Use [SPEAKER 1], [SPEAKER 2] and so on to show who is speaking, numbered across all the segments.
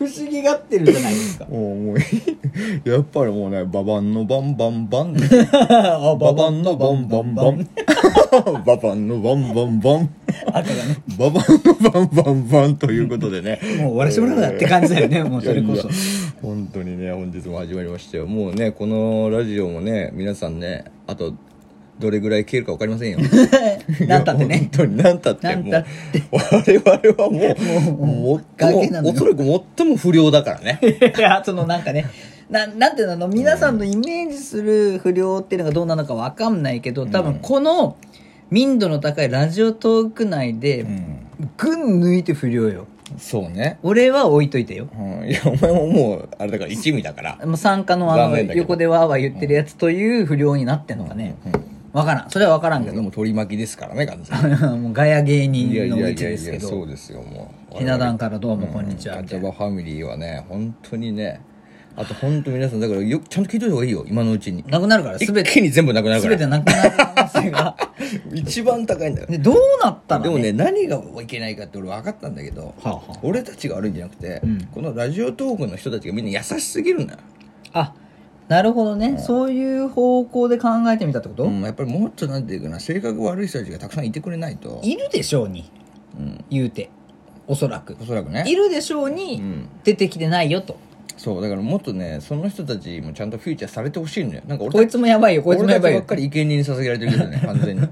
[SPEAKER 1] 思議がってるじゃないですか
[SPEAKER 2] もうもうやっぱりもうねババンのバンバンバン
[SPEAKER 1] あ
[SPEAKER 2] ババンのバンバンバンババンのバンバンバン
[SPEAKER 1] 赤がね
[SPEAKER 2] ババンのバンバンバンということでね
[SPEAKER 1] もう終わらしてもらうなって感じだよねもうそれこそ
[SPEAKER 2] いやいや本当にね本日も始まりましたよもうねこのラジオもね皆さんねあとどれぐらい消えるか分かりませんよ
[SPEAKER 1] なんたって
[SPEAKER 2] いや本
[SPEAKER 1] ね
[SPEAKER 2] 当に何たって
[SPEAKER 1] な
[SPEAKER 2] も
[SPEAKER 1] ん
[SPEAKER 2] う
[SPEAKER 1] たっ
[SPEAKER 2] 我々はもうもう最
[SPEAKER 1] 崖なの
[SPEAKER 2] も
[SPEAKER 1] よ
[SPEAKER 2] おそらく最も不良だからね
[SPEAKER 1] いやそのなんかねななんていうのあの皆さんのイメージする不良っていうのがどうなのかわかんないけど多分この民度の高いラジオトーク内で、
[SPEAKER 2] ん
[SPEAKER 1] ぐん抜いて不良よ
[SPEAKER 2] そうね、
[SPEAKER 1] 俺は置いといてよ
[SPEAKER 2] うん、いやお前ももうあれだから一味だから
[SPEAKER 1] もう参加のあ
[SPEAKER 2] 残
[SPEAKER 1] の
[SPEAKER 2] 念だけど
[SPEAKER 1] 横でわーわー言ってるやつという不良になってんのかね、わからんそれはわからんけ
[SPEAKER 2] で
[SPEAKER 1] ど、
[SPEAKER 2] も取り巻きですからね完全
[SPEAKER 1] もうガヤ芸人
[SPEAKER 2] にいやい
[SPEAKER 1] の
[SPEAKER 2] や
[SPEAKER 1] 道
[SPEAKER 2] いや
[SPEAKER 1] で
[SPEAKER 2] い
[SPEAKER 1] すけ
[SPEAKER 2] やそ
[SPEAKER 1] ど
[SPEAKER 2] うですよもう
[SPEAKER 1] ひな壇からどうもこんにちは
[SPEAKER 2] ガ
[SPEAKER 1] み
[SPEAKER 2] チ
[SPEAKER 1] たい
[SPEAKER 2] ャ
[SPEAKER 1] な
[SPEAKER 2] バファミリーはね本当にねあと本当皆さんだからよくちゃんと聞いといた方がいいよ今のうちに
[SPEAKER 1] なくなるから
[SPEAKER 2] 一
[SPEAKER 1] 全て
[SPEAKER 2] 気に全部なくなるか
[SPEAKER 1] 全
[SPEAKER 2] ら
[SPEAKER 1] てなくなる可能性が
[SPEAKER 2] 一番高いんだよ
[SPEAKER 1] でどうなったの
[SPEAKER 2] でもね何がいけないかって俺分かったんだけど、
[SPEAKER 1] はあはあ
[SPEAKER 2] 俺たちが悪いんじゃなくて、このラジオトークの人たちがみんな優しすぎるんだよ、
[SPEAKER 1] あなるほどね、そういう方向で考えてみたってこと、
[SPEAKER 2] うん、やっぱりもっとなんていうかな性格悪い人たちがたくさんいてくれないと
[SPEAKER 1] いるでしょうに、言うておそらく
[SPEAKER 2] おそらくね
[SPEAKER 1] いるでしょうに、
[SPEAKER 2] ん
[SPEAKER 1] 出てきてないよと
[SPEAKER 2] そうだからもっとねその人たちもちゃんとフューチャーされてほしいのよなんか俺
[SPEAKER 1] こいつもやばいよこいつも
[SPEAKER 2] 俺
[SPEAKER 1] や
[SPEAKER 2] た
[SPEAKER 1] ば
[SPEAKER 2] ち
[SPEAKER 1] い
[SPEAKER 2] ば
[SPEAKER 1] よ
[SPEAKER 2] っかり生贄に捧げられてるけどね完 全に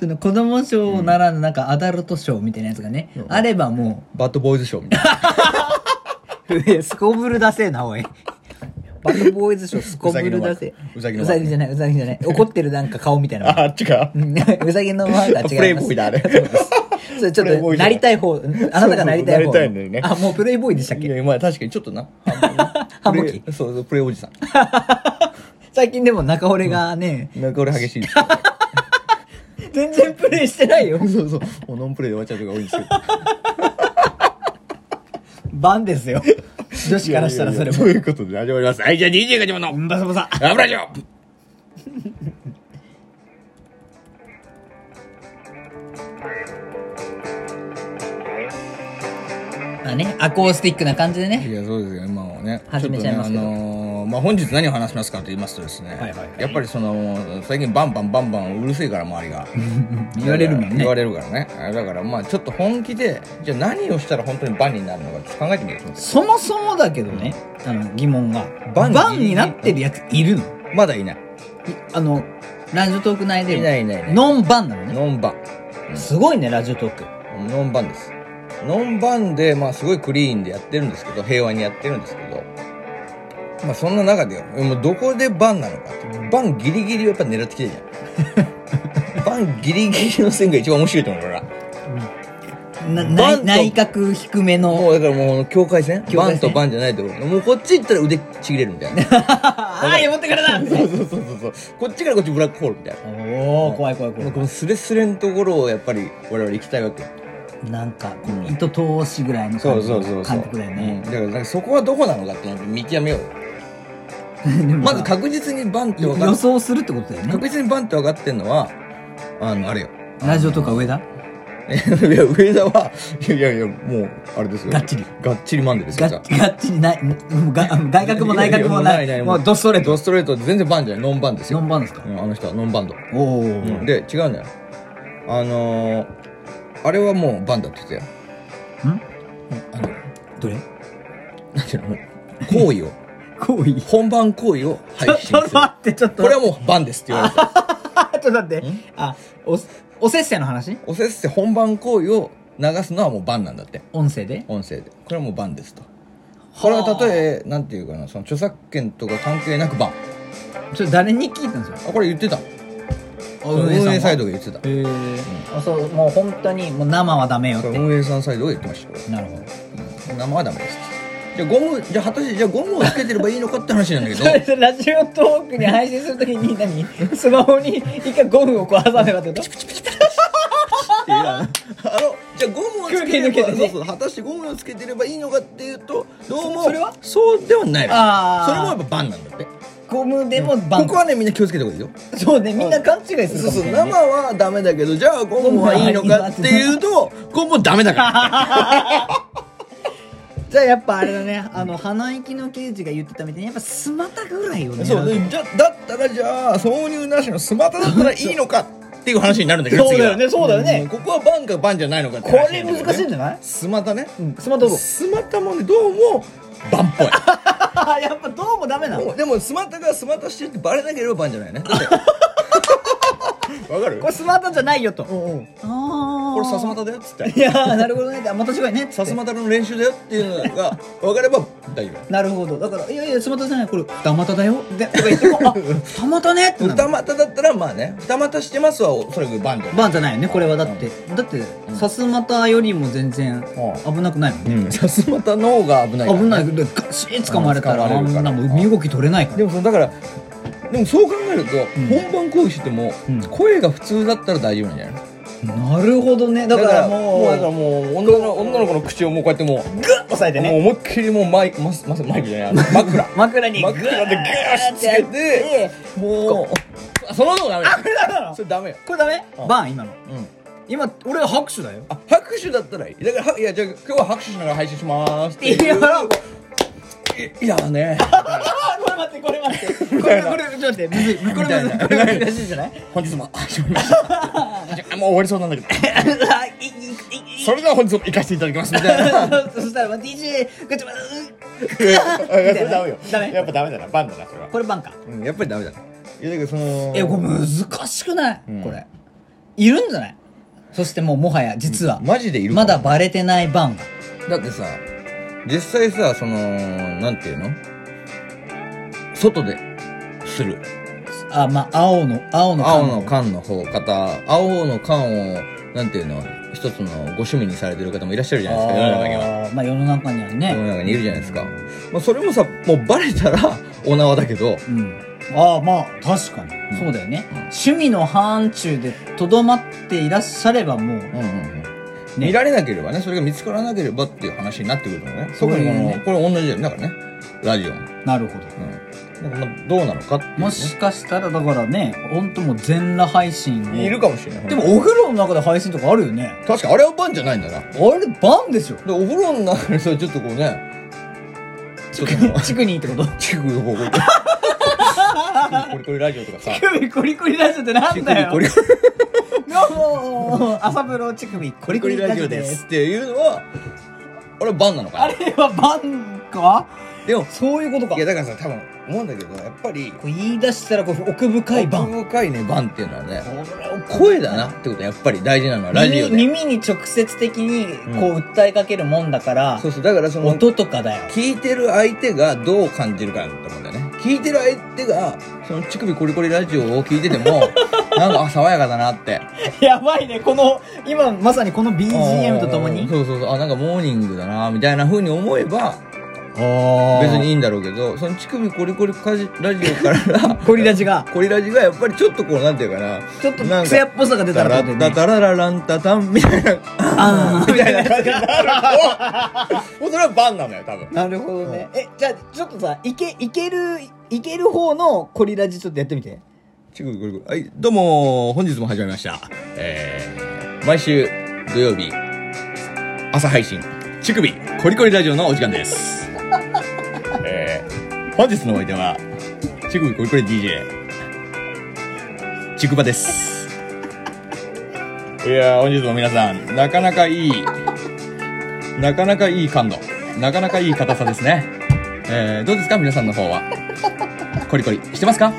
[SPEAKER 1] その子供賞ならぬなんかアダルト賞みたいなやつがね、あればも
[SPEAKER 2] バッドボーイズショーみたいな
[SPEAKER 1] う いやすこぶるだせえなおいバッドボーイズ賞すこぶるだせえ
[SPEAKER 2] うさぎの
[SPEAKER 1] う
[SPEAKER 2] マークうさぎのマーク
[SPEAKER 1] さぎじゃないうさぎじゃない怒ってるなんか顔みたいな
[SPEAKER 2] あっちか
[SPEAKER 1] うんうさぎのマークは違います
[SPEAKER 2] プレイボーイだあれ
[SPEAKER 1] そうです それちょ
[SPEAKER 2] プレイ
[SPEAKER 1] っ
[SPEAKER 2] ボ
[SPEAKER 1] と
[SPEAKER 2] ーイじ
[SPEAKER 1] な
[SPEAKER 2] ゃない
[SPEAKER 1] りたい方あなたがなりたい方
[SPEAKER 2] そうそうなりたいんだよね
[SPEAKER 1] あもうプレイボーイでしたっ
[SPEAKER 2] い
[SPEAKER 1] け
[SPEAKER 2] やまあ確かにちょっとな
[SPEAKER 1] 半分き
[SPEAKER 2] プレイそうそうプレイおじさん
[SPEAKER 1] 最近でも中折れがね、
[SPEAKER 2] なんか俺激 しい
[SPEAKER 1] 全然プレイしてないよ
[SPEAKER 2] そうそうもうノンプレイで終わっちゃうとが多いんですけど
[SPEAKER 1] バンですよ女子からしたら それも
[SPEAKER 2] ということで始まりますはいじゃあ DJ が自慢の
[SPEAKER 1] バサバサ
[SPEAKER 2] ラブラジオ
[SPEAKER 1] まあねアコースティックな感じでね
[SPEAKER 2] いやそうですよ今もね
[SPEAKER 1] 始めちゃいますけ
[SPEAKER 2] ょ
[SPEAKER 1] ど
[SPEAKER 2] っとねあのーまあ、本日何を話しますかと言いますとですね、
[SPEAKER 1] はいはいはい
[SPEAKER 2] やっぱりその最近バンバンバンバンうるせえから周りが
[SPEAKER 1] 言われるもんね
[SPEAKER 2] 言われるからねだからまあちょっと本気でじゃあ何をしたら本当にバンになるのかちょっと考えてみようと思って
[SPEAKER 1] そもそもだけどね、あの疑問が。
[SPEAKER 2] バ
[SPEAKER 1] バ
[SPEAKER 2] ン
[SPEAKER 1] ンになってるやついるのい
[SPEAKER 2] まだいない
[SPEAKER 1] あの、ラジオトーク内で。
[SPEAKER 2] いないいないいない
[SPEAKER 1] ノンバンなのね。
[SPEAKER 2] ノンバン
[SPEAKER 1] すごいね、ラジオトーク。
[SPEAKER 2] ノンバンですノンバンでまあすごいクリーンでやってるんですけど平和にやってるんですけどまあそんな中でよもうどこでバンなのかってバンギリギリをやっぱ狙ってきてるじゃ んバンギリギリの線が一番面白いと思うから
[SPEAKER 1] な
[SPEAKER 2] バン
[SPEAKER 1] 内
[SPEAKER 2] と
[SPEAKER 1] 内角低め
[SPEAKER 2] も
[SPEAKER 1] の。
[SPEAKER 2] うだからもう境界線
[SPEAKER 1] 境
[SPEAKER 2] バ
[SPEAKER 1] 界
[SPEAKER 2] ン
[SPEAKER 1] 線
[SPEAKER 2] とバンじゃないところもうこっち行ったら腕ちぎれるみたい な
[SPEAKER 1] ああ、やってくれた
[SPEAKER 2] そうそうそうそうそうこっちからこっちブラックホールみたいな
[SPEAKER 1] おお怖い怖い怖
[SPEAKER 2] もう
[SPEAKER 1] い
[SPEAKER 2] こ。のスレスレのところをやっぱり我々行きたいわけ
[SPEAKER 1] なんか、この糸通しぐらいの
[SPEAKER 2] そ
[SPEAKER 1] 感
[SPEAKER 2] う
[SPEAKER 1] じ
[SPEAKER 2] そうそうそう
[SPEAKER 1] 感覚だよね
[SPEAKER 2] う。んだからなんかそこはどこなのかっていうのを見極めようよまず確実にバンって
[SPEAKER 1] 予
[SPEAKER 2] 分かっ
[SPEAKER 1] 予想するってことだよね。
[SPEAKER 2] 確実にバンって分かってんのはあのあれよ
[SPEAKER 1] ラジオとか上だ
[SPEAKER 2] いや上田はいやいやいやもうあれですよ
[SPEAKER 1] がっちり
[SPEAKER 2] がっちりマンデです
[SPEAKER 1] が
[SPEAKER 2] よ
[SPEAKER 1] っがっちりない、もうが外角も内角も
[SPEAKER 2] いや
[SPEAKER 1] ないい。
[SPEAKER 2] や
[SPEAKER 1] もうドストレート
[SPEAKER 2] ド。ストレートで全然バンじゃないノンバンですよ、
[SPEAKER 1] 4番ですか
[SPEAKER 2] うんあの人はノンバンド、
[SPEAKER 1] おお。
[SPEAKER 2] で違うのよあのー、あれはもうバンだって言ってたよ
[SPEAKER 1] ん
[SPEAKER 2] あの
[SPEAKER 1] どれ
[SPEAKER 2] なんていうのもう行為を
[SPEAKER 1] 行為
[SPEAKER 2] 本番行為を配
[SPEAKER 1] ちょ
[SPEAKER 2] 信
[SPEAKER 1] っと
[SPEAKER 2] する
[SPEAKER 1] 待って、ちょっと。
[SPEAKER 2] これはもうバンですって言われた
[SPEAKER 1] あ、ちょっと待って。あ、お、おせっせの話
[SPEAKER 2] おせっせ本番行為を流すのはもうバンなんだって
[SPEAKER 1] 音声で
[SPEAKER 2] 音声でこれはもうバンですとこれは例えなんていうかなその著作権とか関係なくバン
[SPEAKER 1] ちょっと誰に聞いたんですよ。
[SPEAKER 2] あこれ言ってたその運営サイドが言ってた
[SPEAKER 1] へえ、あそう、もう本当に、もう生はダメよっ
[SPEAKER 2] そ
[SPEAKER 1] て
[SPEAKER 2] れ。運営さんサイドが言ってましたこれ
[SPEAKER 1] なるほど。
[SPEAKER 2] うん生はダメですじゃあゴムじゃあ果たしてじゃあゴムをつけてればいいのかって話なんだけど
[SPEAKER 1] それでラジオトークに配信するときに何、スマホに一回ゴムをこう挟めばってこと
[SPEAKER 2] っていうあのあのじゃあゴムをつければ
[SPEAKER 1] 空気抜けてね
[SPEAKER 2] そうそう果たしてゴムをつけてればいいのかっていうとどうも
[SPEAKER 1] そそれは
[SPEAKER 2] そうではない
[SPEAKER 1] あー
[SPEAKER 2] それもやっぱバンなんだって
[SPEAKER 1] ゴムでもバ
[SPEAKER 2] こ
[SPEAKER 1] ン。
[SPEAKER 2] こはねみんな気をつけた方がいいよ
[SPEAKER 1] そうね、みんな勘違いする
[SPEAKER 2] そ
[SPEAKER 1] か
[SPEAKER 2] う
[SPEAKER 1] もし
[SPEAKER 2] そう
[SPEAKER 1] れないね
[SPEAKER 2] 生はダメだけどじゃあゴムはいいのかっていうとゴムダメだから
[SPEAKER 1] じゃあやっぱあれだねあの鼻息の刑事が言ってたみたいにやっぱスマタぐらいをね
[SPEAKER 2] そうでじゃだったらじゃあ挿入なしのスマタだったらいいのかっていう話になるんだけど
[SPEAKER 1] そうだよね
[SPEAKER 2] 次は
[SPEAKER 1] そうだよね
[SPEAKER 2] んここはバンかバンじゃないのかって
[SPEAKER 1] こ
[SPEAKER 2] 話
[SPEAKER 1] れ
[SPEAKER 2] になる
[SPEAKER 1] 難しいんじゃない、
[SPEAKER 2] スマタね
[SPEAKER 1] うん、スマタどう
[SPEAKER 2] スマタもねどうもバンっぽい
[SPEAKER 1] やっぱどうもダメな
[SPEAKER 2] で
[SPEAKER 1] の
[SPEAKER 2] もでもスマタがスマタしてるってバレなければバンじゃないね だってわかる
[SPEAKER 1] これスマタじゃないよと、
[SPEAKER 2] うんうん
[SPEAKER 1] ああ
[SPEAKER 2] これさすまただよっつって
[SPEAKER 1] いやーなるほどねあまた違いねっつって
[SPEAKER 2] さすまたの練習だよっていうのが分かれば大丈
[SPEAKER 1] なるほどだからいやいやスマタじゃないこれ二股だよでとか言 ってもあ二股ねって
[SPEAKER 2] 夫
[SPEAKER 1] なる
[SPEAKER 2] 二股だったらまあね二股してますはおそらくバンド
[SPEAKER 1] バンじゃないよねこれはだってだってさすまたよりも全然
[SPEAKER 2] う
[SPEAKER 1] 危なくないもんね
[SPEAKER 2] うんさすまたの方が危ないから
[SPEAKER 1] 危ないでガシッ捕まれたらあ
[SPEAKER 2] う
[SPEAKER 1] ん
[SPEAKER 2] ん捕まれるから
[SPEAKER 1] なもう身動き取れないから
[SPEAKER 2] でもそのだからでもそう考えると、本番講義しても、
[SPEAKER 1] うん
[SPEAKER 2] 声が普通だったら大丈夫なんじゃない
[SPEAKER 1] なるほどねだからもう
[SPEAKER 2] だからもう女の女の子の口をもうこうやっても
[SPEAKER 1] グッと押さえ
[SPEAKER 2] う,、
[SPEAKER 1] てね
[SPEAKER 2] もう思いっきりもうマイマスマスマイクじゃないあの枕
[SPEAKER 1] 枕にグッ
[SPEAKER 2] 枕でグーッつけてもうあその方がダメ
[SPEAKER 1] れダメなの
[SPEAKER 2] それダメよ、
[SPEAKER 1] これダメ
[SPEAKER 2] うん
[SPEAKER 1] バン今の
[SPEAKER 2] うん
[SPEAKER 1] 今俺は拍手だよ
[SPEAKER 2] あ拍手だったらいいだからはいやじゃあ今日は拍手しながら配信しまーすって
[SPEAKER 1] いやこ
[SPEAKER 2] いいやね
[SPEAKER 1] れ待ってこれ待ってこ
[SPEAKER 2] みたい
[SPEAKER 1] れ
[SPEAKER 2] な
[SPEAKER 1] これちょっと待ってむずいこれむずい
[SPEAKER 2] みたいな
[SPEAKER 1] これ難しいんじゃない
[SPEAKER 2] 本日も始まりました もう終わりそうなんだけど
[SPEAKER 1] あいいいい
[SPEAKER 2] それでは本日も行かせていただきますみたいな
[SPEAKER 1] そしたら DJ こっちもう
[SPEAKER 2] やっぱダメよ
[SPEAKER 1] ダメ
[SPEAKER 2] やっぱダメだなバンだなそれは
[SPEAKER 1] これバンか
[SPEAKER 2] うんやっぱりダメだないやだけどその
[SPEAKER 1] えこれ難しくない
[SPEAKER 2] うん
[SPEAKER 1] これいるんじゃないそしてもうもはや実は
[SPEAKER 2] マジでいる
[SPEAKER 1] まだバレてないバンが
[SPEAKER 2] だってさ実際さそのなんていうの外でする
[SPEAKER 1] あまあ青の青の缶
[SPEAKER 2] 青の缶の方方青の缶をなんていうの一つのご趣味にされてる方もいらっしゃるじゃないですか世の中には
[SPEAKER 1] あーまあ世の中には
[SPEAKER 2] 世の
[SPEAKER 1] ね
[SPEAKER 2] 中にいるじゃないですか、まあ、それもさもうバレたら お縄だけど
[SPEAKER 1] うんああまあ確かに、そうだよね、趣味の範疇でとどまっていらっしゃればもう
[SPEAKER 2] うんうんうん見られなければねそれが見つからなければっていう話になってくるのね特に
[SPEAKER 1] そ
[SPEAKER 2] こ
[SPEAKER 1] う
[SPEAKER 2] の
[SPEAKER 1] だよね
[SPEAKER 2] これ同じだよねだからねラジオも、
[SPEAKER 1] なるほど
[SPEAKER 2] うん、なんかまあどうなのかっていうね
[SPEAKER 1] もしかしたらだからね本当もう全裸配信を
[SPEAKER 2] いるかもしれない
[SPEAKER 1] でもお風呂の中で配信とかあるよね
[SPEAKER 2] 確かあれはバンじゃないんだな
[SPEAKER 1] あれバンでしょ
[SPEAKER 2] でお風呂の中でさちょ っとこうねちょっとこう
[SPEAKER 1] 地区にってこと
[SPEAKER 2] チクこう こう コリコリラジオとかさ
[SPEAKER 1] 乳首コリコリラジオってなんだよ
[SPEAKER 2] コリコリ
[SPEAKER 1] どうも朝風呂乳首コリコリラジオです
[SPEAKER 2] っていうのはあれバンなのか
[SPEAKER 1] あ
[SPEAKER 2] な
[SPEAKER 1] れはバンか
[SPEAKER 2] でも
[SPEAKER 1] そういうことか
[SPEAKER 2] いやだからさ多分思うんだけどやっぱり
[SPEAKER 1] これ言い出したらこれ奥深いバン
[SPEAKER 2] 奥深いねバンっていうのはね声だなってことはやっぱり大事なのはラジオで
[SPEAKER 1] 耳耳に直接的にこう訴えかけるもんだから、
[SPEAKER 2] そうそうだからその
[SPEAKER 1] 音とかだよ
[SPEAKER 2] 聞いてる相手がどう感じるかだと思うんだよね聞いてる相手がその乳首コリコリラジオを聞いて てもなんかあ爽やかだなって
[SPEAKER 1] やばいねこの今まさにこの BGM ととも
[SPEAKER 2] うん
[SPEAKER 1] に
[SPEAKER 2] そうそうそうあなんかモーニングだなみたいな風に思えば
[SPEAKER 1] あ
[SPEAKER 2] 別にいいんだろうけどその乳首コリコリカジラジオから
[SPEAKER 1] コリラジが
[SPEAKER 2] コリラジがやっぱりちょっとこうなんていうかな
[SPEAKER 1] ちょっと
[SPEAKER 2] なんか
[SPEAKER 1] 艶っぽさが出た
[SPEAKER 2] ダ
[SPEAKER 1] ら
[SPEAKER 2] ラ
[SPEAKER 1] ってこと
[SPEAKER 2] ダ
[SPEAKER 1] ね
[SPEAKER 2] ダララランタタンみたいな
[SPEAKER 1] あー
[SPEAKER 2] みたいな感じになる おもうそれはバンなのよ多分
[SPEAKER 1] なるほどね、えじゃあちょっとさいけいけるいける方のコリラジちょっとやってみて
[SPEAKER 2] ちぐぐるぐるはい、どうも、本日も始まりました。えー、毎週土曜日、朝配信、乳首コリコリラジオのお時間です。えー、本日のお相手は、乳首コリコリ DJ、ちくばです。いやー、本日も皆さん、なかなかいい、なかなかいい感度、なかなかいい硬さですね。えー、どうですか皆さんの方は。コリコリしてますか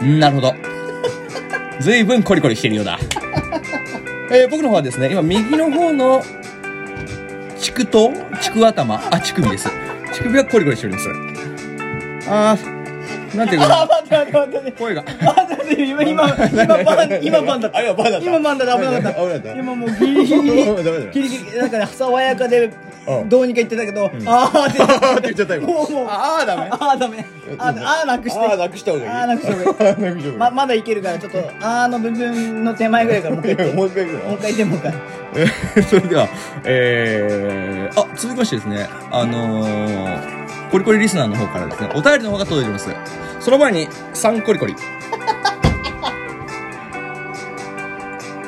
[SPEAKER 2] うんなるほど。ずいぶんコリコリしてるようだ。えー僕の方はですね、今右の方の、ちくと、ちく頭、あ、ちくびです。ちくびはコリコリしてるんです。あー、なんていうかな、
[SPEAKER 1] 待って待って待って
[SPEAKER 2] 声が。
[SPEAKER 1] 待って今今今バン今バンだった
[SPEAKER 2] あ今バンだった
[SPEAKER 1] 今バンだった危なかった
[SPEAKER 2] 危なかった
[SPEAKER 1] 今もうギリギリ
[SPEAKER 2] ダメだ
[SPEAKER 1] ギリギリなんかね爽やかで
[SPEAKER 2] うん
[SPEAKER 1] どうにか言ってたけど、
[SPEAKER 2] ん
[SPEAKER 1] ああって言っちゃっ
[SPEAKER 2] あーって言っちゃ った
[SPEAKER 1] た
[SPEAKER 2] 今。
[SPEAKER 1] もうもう
[SPEAKER 2] あーダメ。
[SPEAKER 1] ああダメあーあーなくして
[SPEAKER 2] なくした方
[SPEAKER 1] あーなくした方
[SPEAKER 2] がいい。なくした
[SPEAKER 1] ままだいけるからちょっとあーの部分の手前ぐらいからもう一回言って
[SPEAKER 2] もう一回行くの
[SPEAKER 1] もう一回言ってもう一回
[SPEAKER 2] えー それでは、えー、あ、続きましてですね、あのー、コリコリリスナーの方からですね、お便りの方が届いております。その前に、3コリコリ。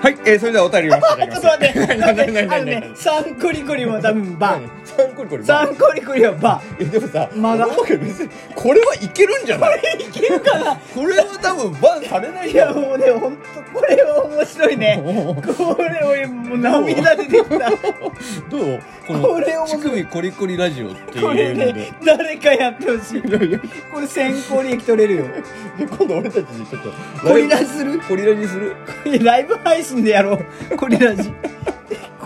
[SPEAKER 2] はい、えー、それではお便りを読ませ
[SPEAKER 1] ちょ
[SPEAKER 2] て
[SPEAKER 1] っ
[SPEAKER 2] い
[SPEAKER 1] と
[SPEAKER 2] ただ
[SPEAKER 1] 待って、待っ
[SPEAKER 2] きます。
[SPEAKER 1] てあの
[SPEAKER 2] 何
[SPEAKER 1] ね、サンコリコリも多分バン。
[SPEAKER 2] サンコリコリ。
[SPEAKER 1] サンコリコリはバ
[SPEAKER 2] いやでもさ、
[SPEAKER 1] 間が
[SPEAKER 2] 俺も別にこれはいけるんじゃない
[SPEAKER 1] ン。いけるかな
[SPEAKER 2] これは多分バンされない
[SPEAKER 1] い
[SPEAKER 2] よ
[SPEAKER 1] やもうね、ほんと、これは面白いね。これ、俺、もう涙出てきた。
[SPEAKER 2] どうこ
[SPEAKER 1] これ面
[SPEAKER 2] の
[SPEAKER 1] 白
[SPEAKER 2] 乳首コリコリラジオって
[SPEAKER 1] こ
[SPEAKER 2] い
[SPEAKER 1] れ
[SPEAKER 2] うんで、
[SPEAKER 1] ね、誰かやってほしい。これ先行利益取れるよ。
[SPEAKER 2] で今度俺たちにちょっと
[SPEAKER 1] コリラジする
[SPEAKER 2] コリラジする
[SPEAKER 1] いやライブ配信でやろう。コリラジ。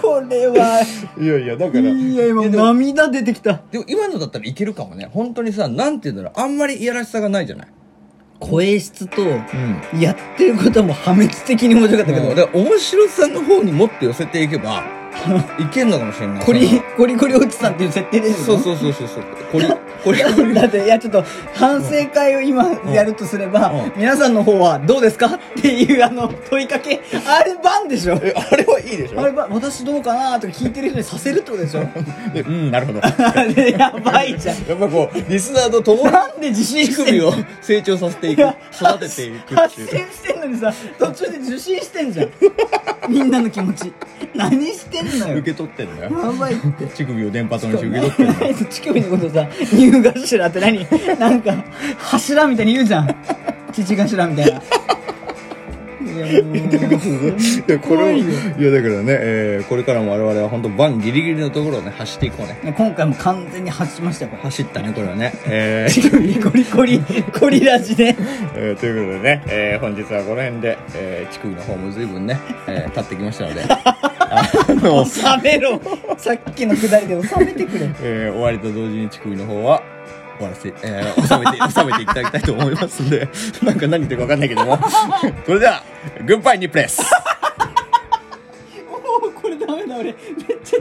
[SPEAKER 1] これは、
[SPEAKER 2] いやいやだから
[SPEAKER 1] いや、今
[SPEAKER 2] でも
[SPEAKER 1] 涙出てきた。
[SPEAKER 2] でも今のだったらいけるかもね本当にさなんて言うんだろうあんまりいやらしさがないじゃない
[SPEAKER 1] 声質と、
[SPEAKER 2] うん
[SPEAKER 1] やってることはもう破滅的に面白かっ
[SPEAKER 2] だ
[SPEAKER 1] た
[SPEAKER 2] け
[SPEAKER 1] け
[SPEAKER 2] ど、
[SPEAKER 1] ど、
[SPEAKER 2] だから面白さの方にもっと寄せていけ ばいけんのかもしれない
[SPEAKER 1] コリ、コリコリおじさんっていう設定です
[SPEAKER 2] そうそうそうそうそうコ リコリコリ
[SPEAKER 1] だって、いや、ちょっと、反省会を今やるとすれば、
[SPEAKER 2] うん
[SPEAKER 1] 皆さんの方はどうですかっていう、あの、問いかけ、あれ番でしょ
[SPEAKER 2] えあれはいいでし
[SPEAKER 1] あれ番、私どうかなとか聞いてる人にさせるってことでしょ
[SPEAKER 2] でうんなるほ ど
[SPEAKER 1] あれ、 やばいじゃん。
[SPEAKER 2] やっぱこう、リスナーと共に
[SPEAKER 1] なんで自信
[SPEAKER 2] 乳
[SPEAKER 1] してん
[SPEAKER 2] 首
[SPEAKER 1] の
[SPEAKER 2] を成長させていく、育てていくっ
[SPEAKER 1] 発
[SPEAKER 2] て
[SPEAKER 1] 信
[SPEAKER 2] いう。
[SPEAKER 1] してんのにさ、途中で受信してんじゃん。 みんなの気持ち。何してんの
[SPEAKER 2] 受
[SPEAKER 1] よ。
[SPEAKER 2] け取ってんだよ。
[SPEAKER 1] やばいって。
[SPEAKER 2] 乳首を電波塔にして受け取ってんだ よ。
[SPEAKER 1] 乳首のことさ乳頭って何なんか柱みたいに言うじゃん父頭みたいな。いやもう
[SPEAKER 2] いや、これを、い
[SPEAKER 1] すごい
[SPEAKER 2] や、だからね、えーこれからも我々は本当バンギリギリのところをね、走っていこうね。
[SPEAKER 1] 今回も完全に発しましたよこ れ
[SPEAKER 2] 走ったね、これはね。えー
[SPEAKER 1] 乳首コリコリコリラジで
[SPEAKER 2] えーということでね、えー本日はこの辺で、えー乳首の方も随分ね、えー立ってきました ので、あの、
[SPEAKER 1] 収めろさっきのくだりで収めてくれ
[SPEAKER 2] えー終わりと同時に乳首の方は終わらせ、えー収め て、収めていただきたいと思いますんで、なんか何言ってるかわかんないけども。 それでは、グッバイニップレス
[SPEAKER 1] もうこれダメだ俺めっちゃ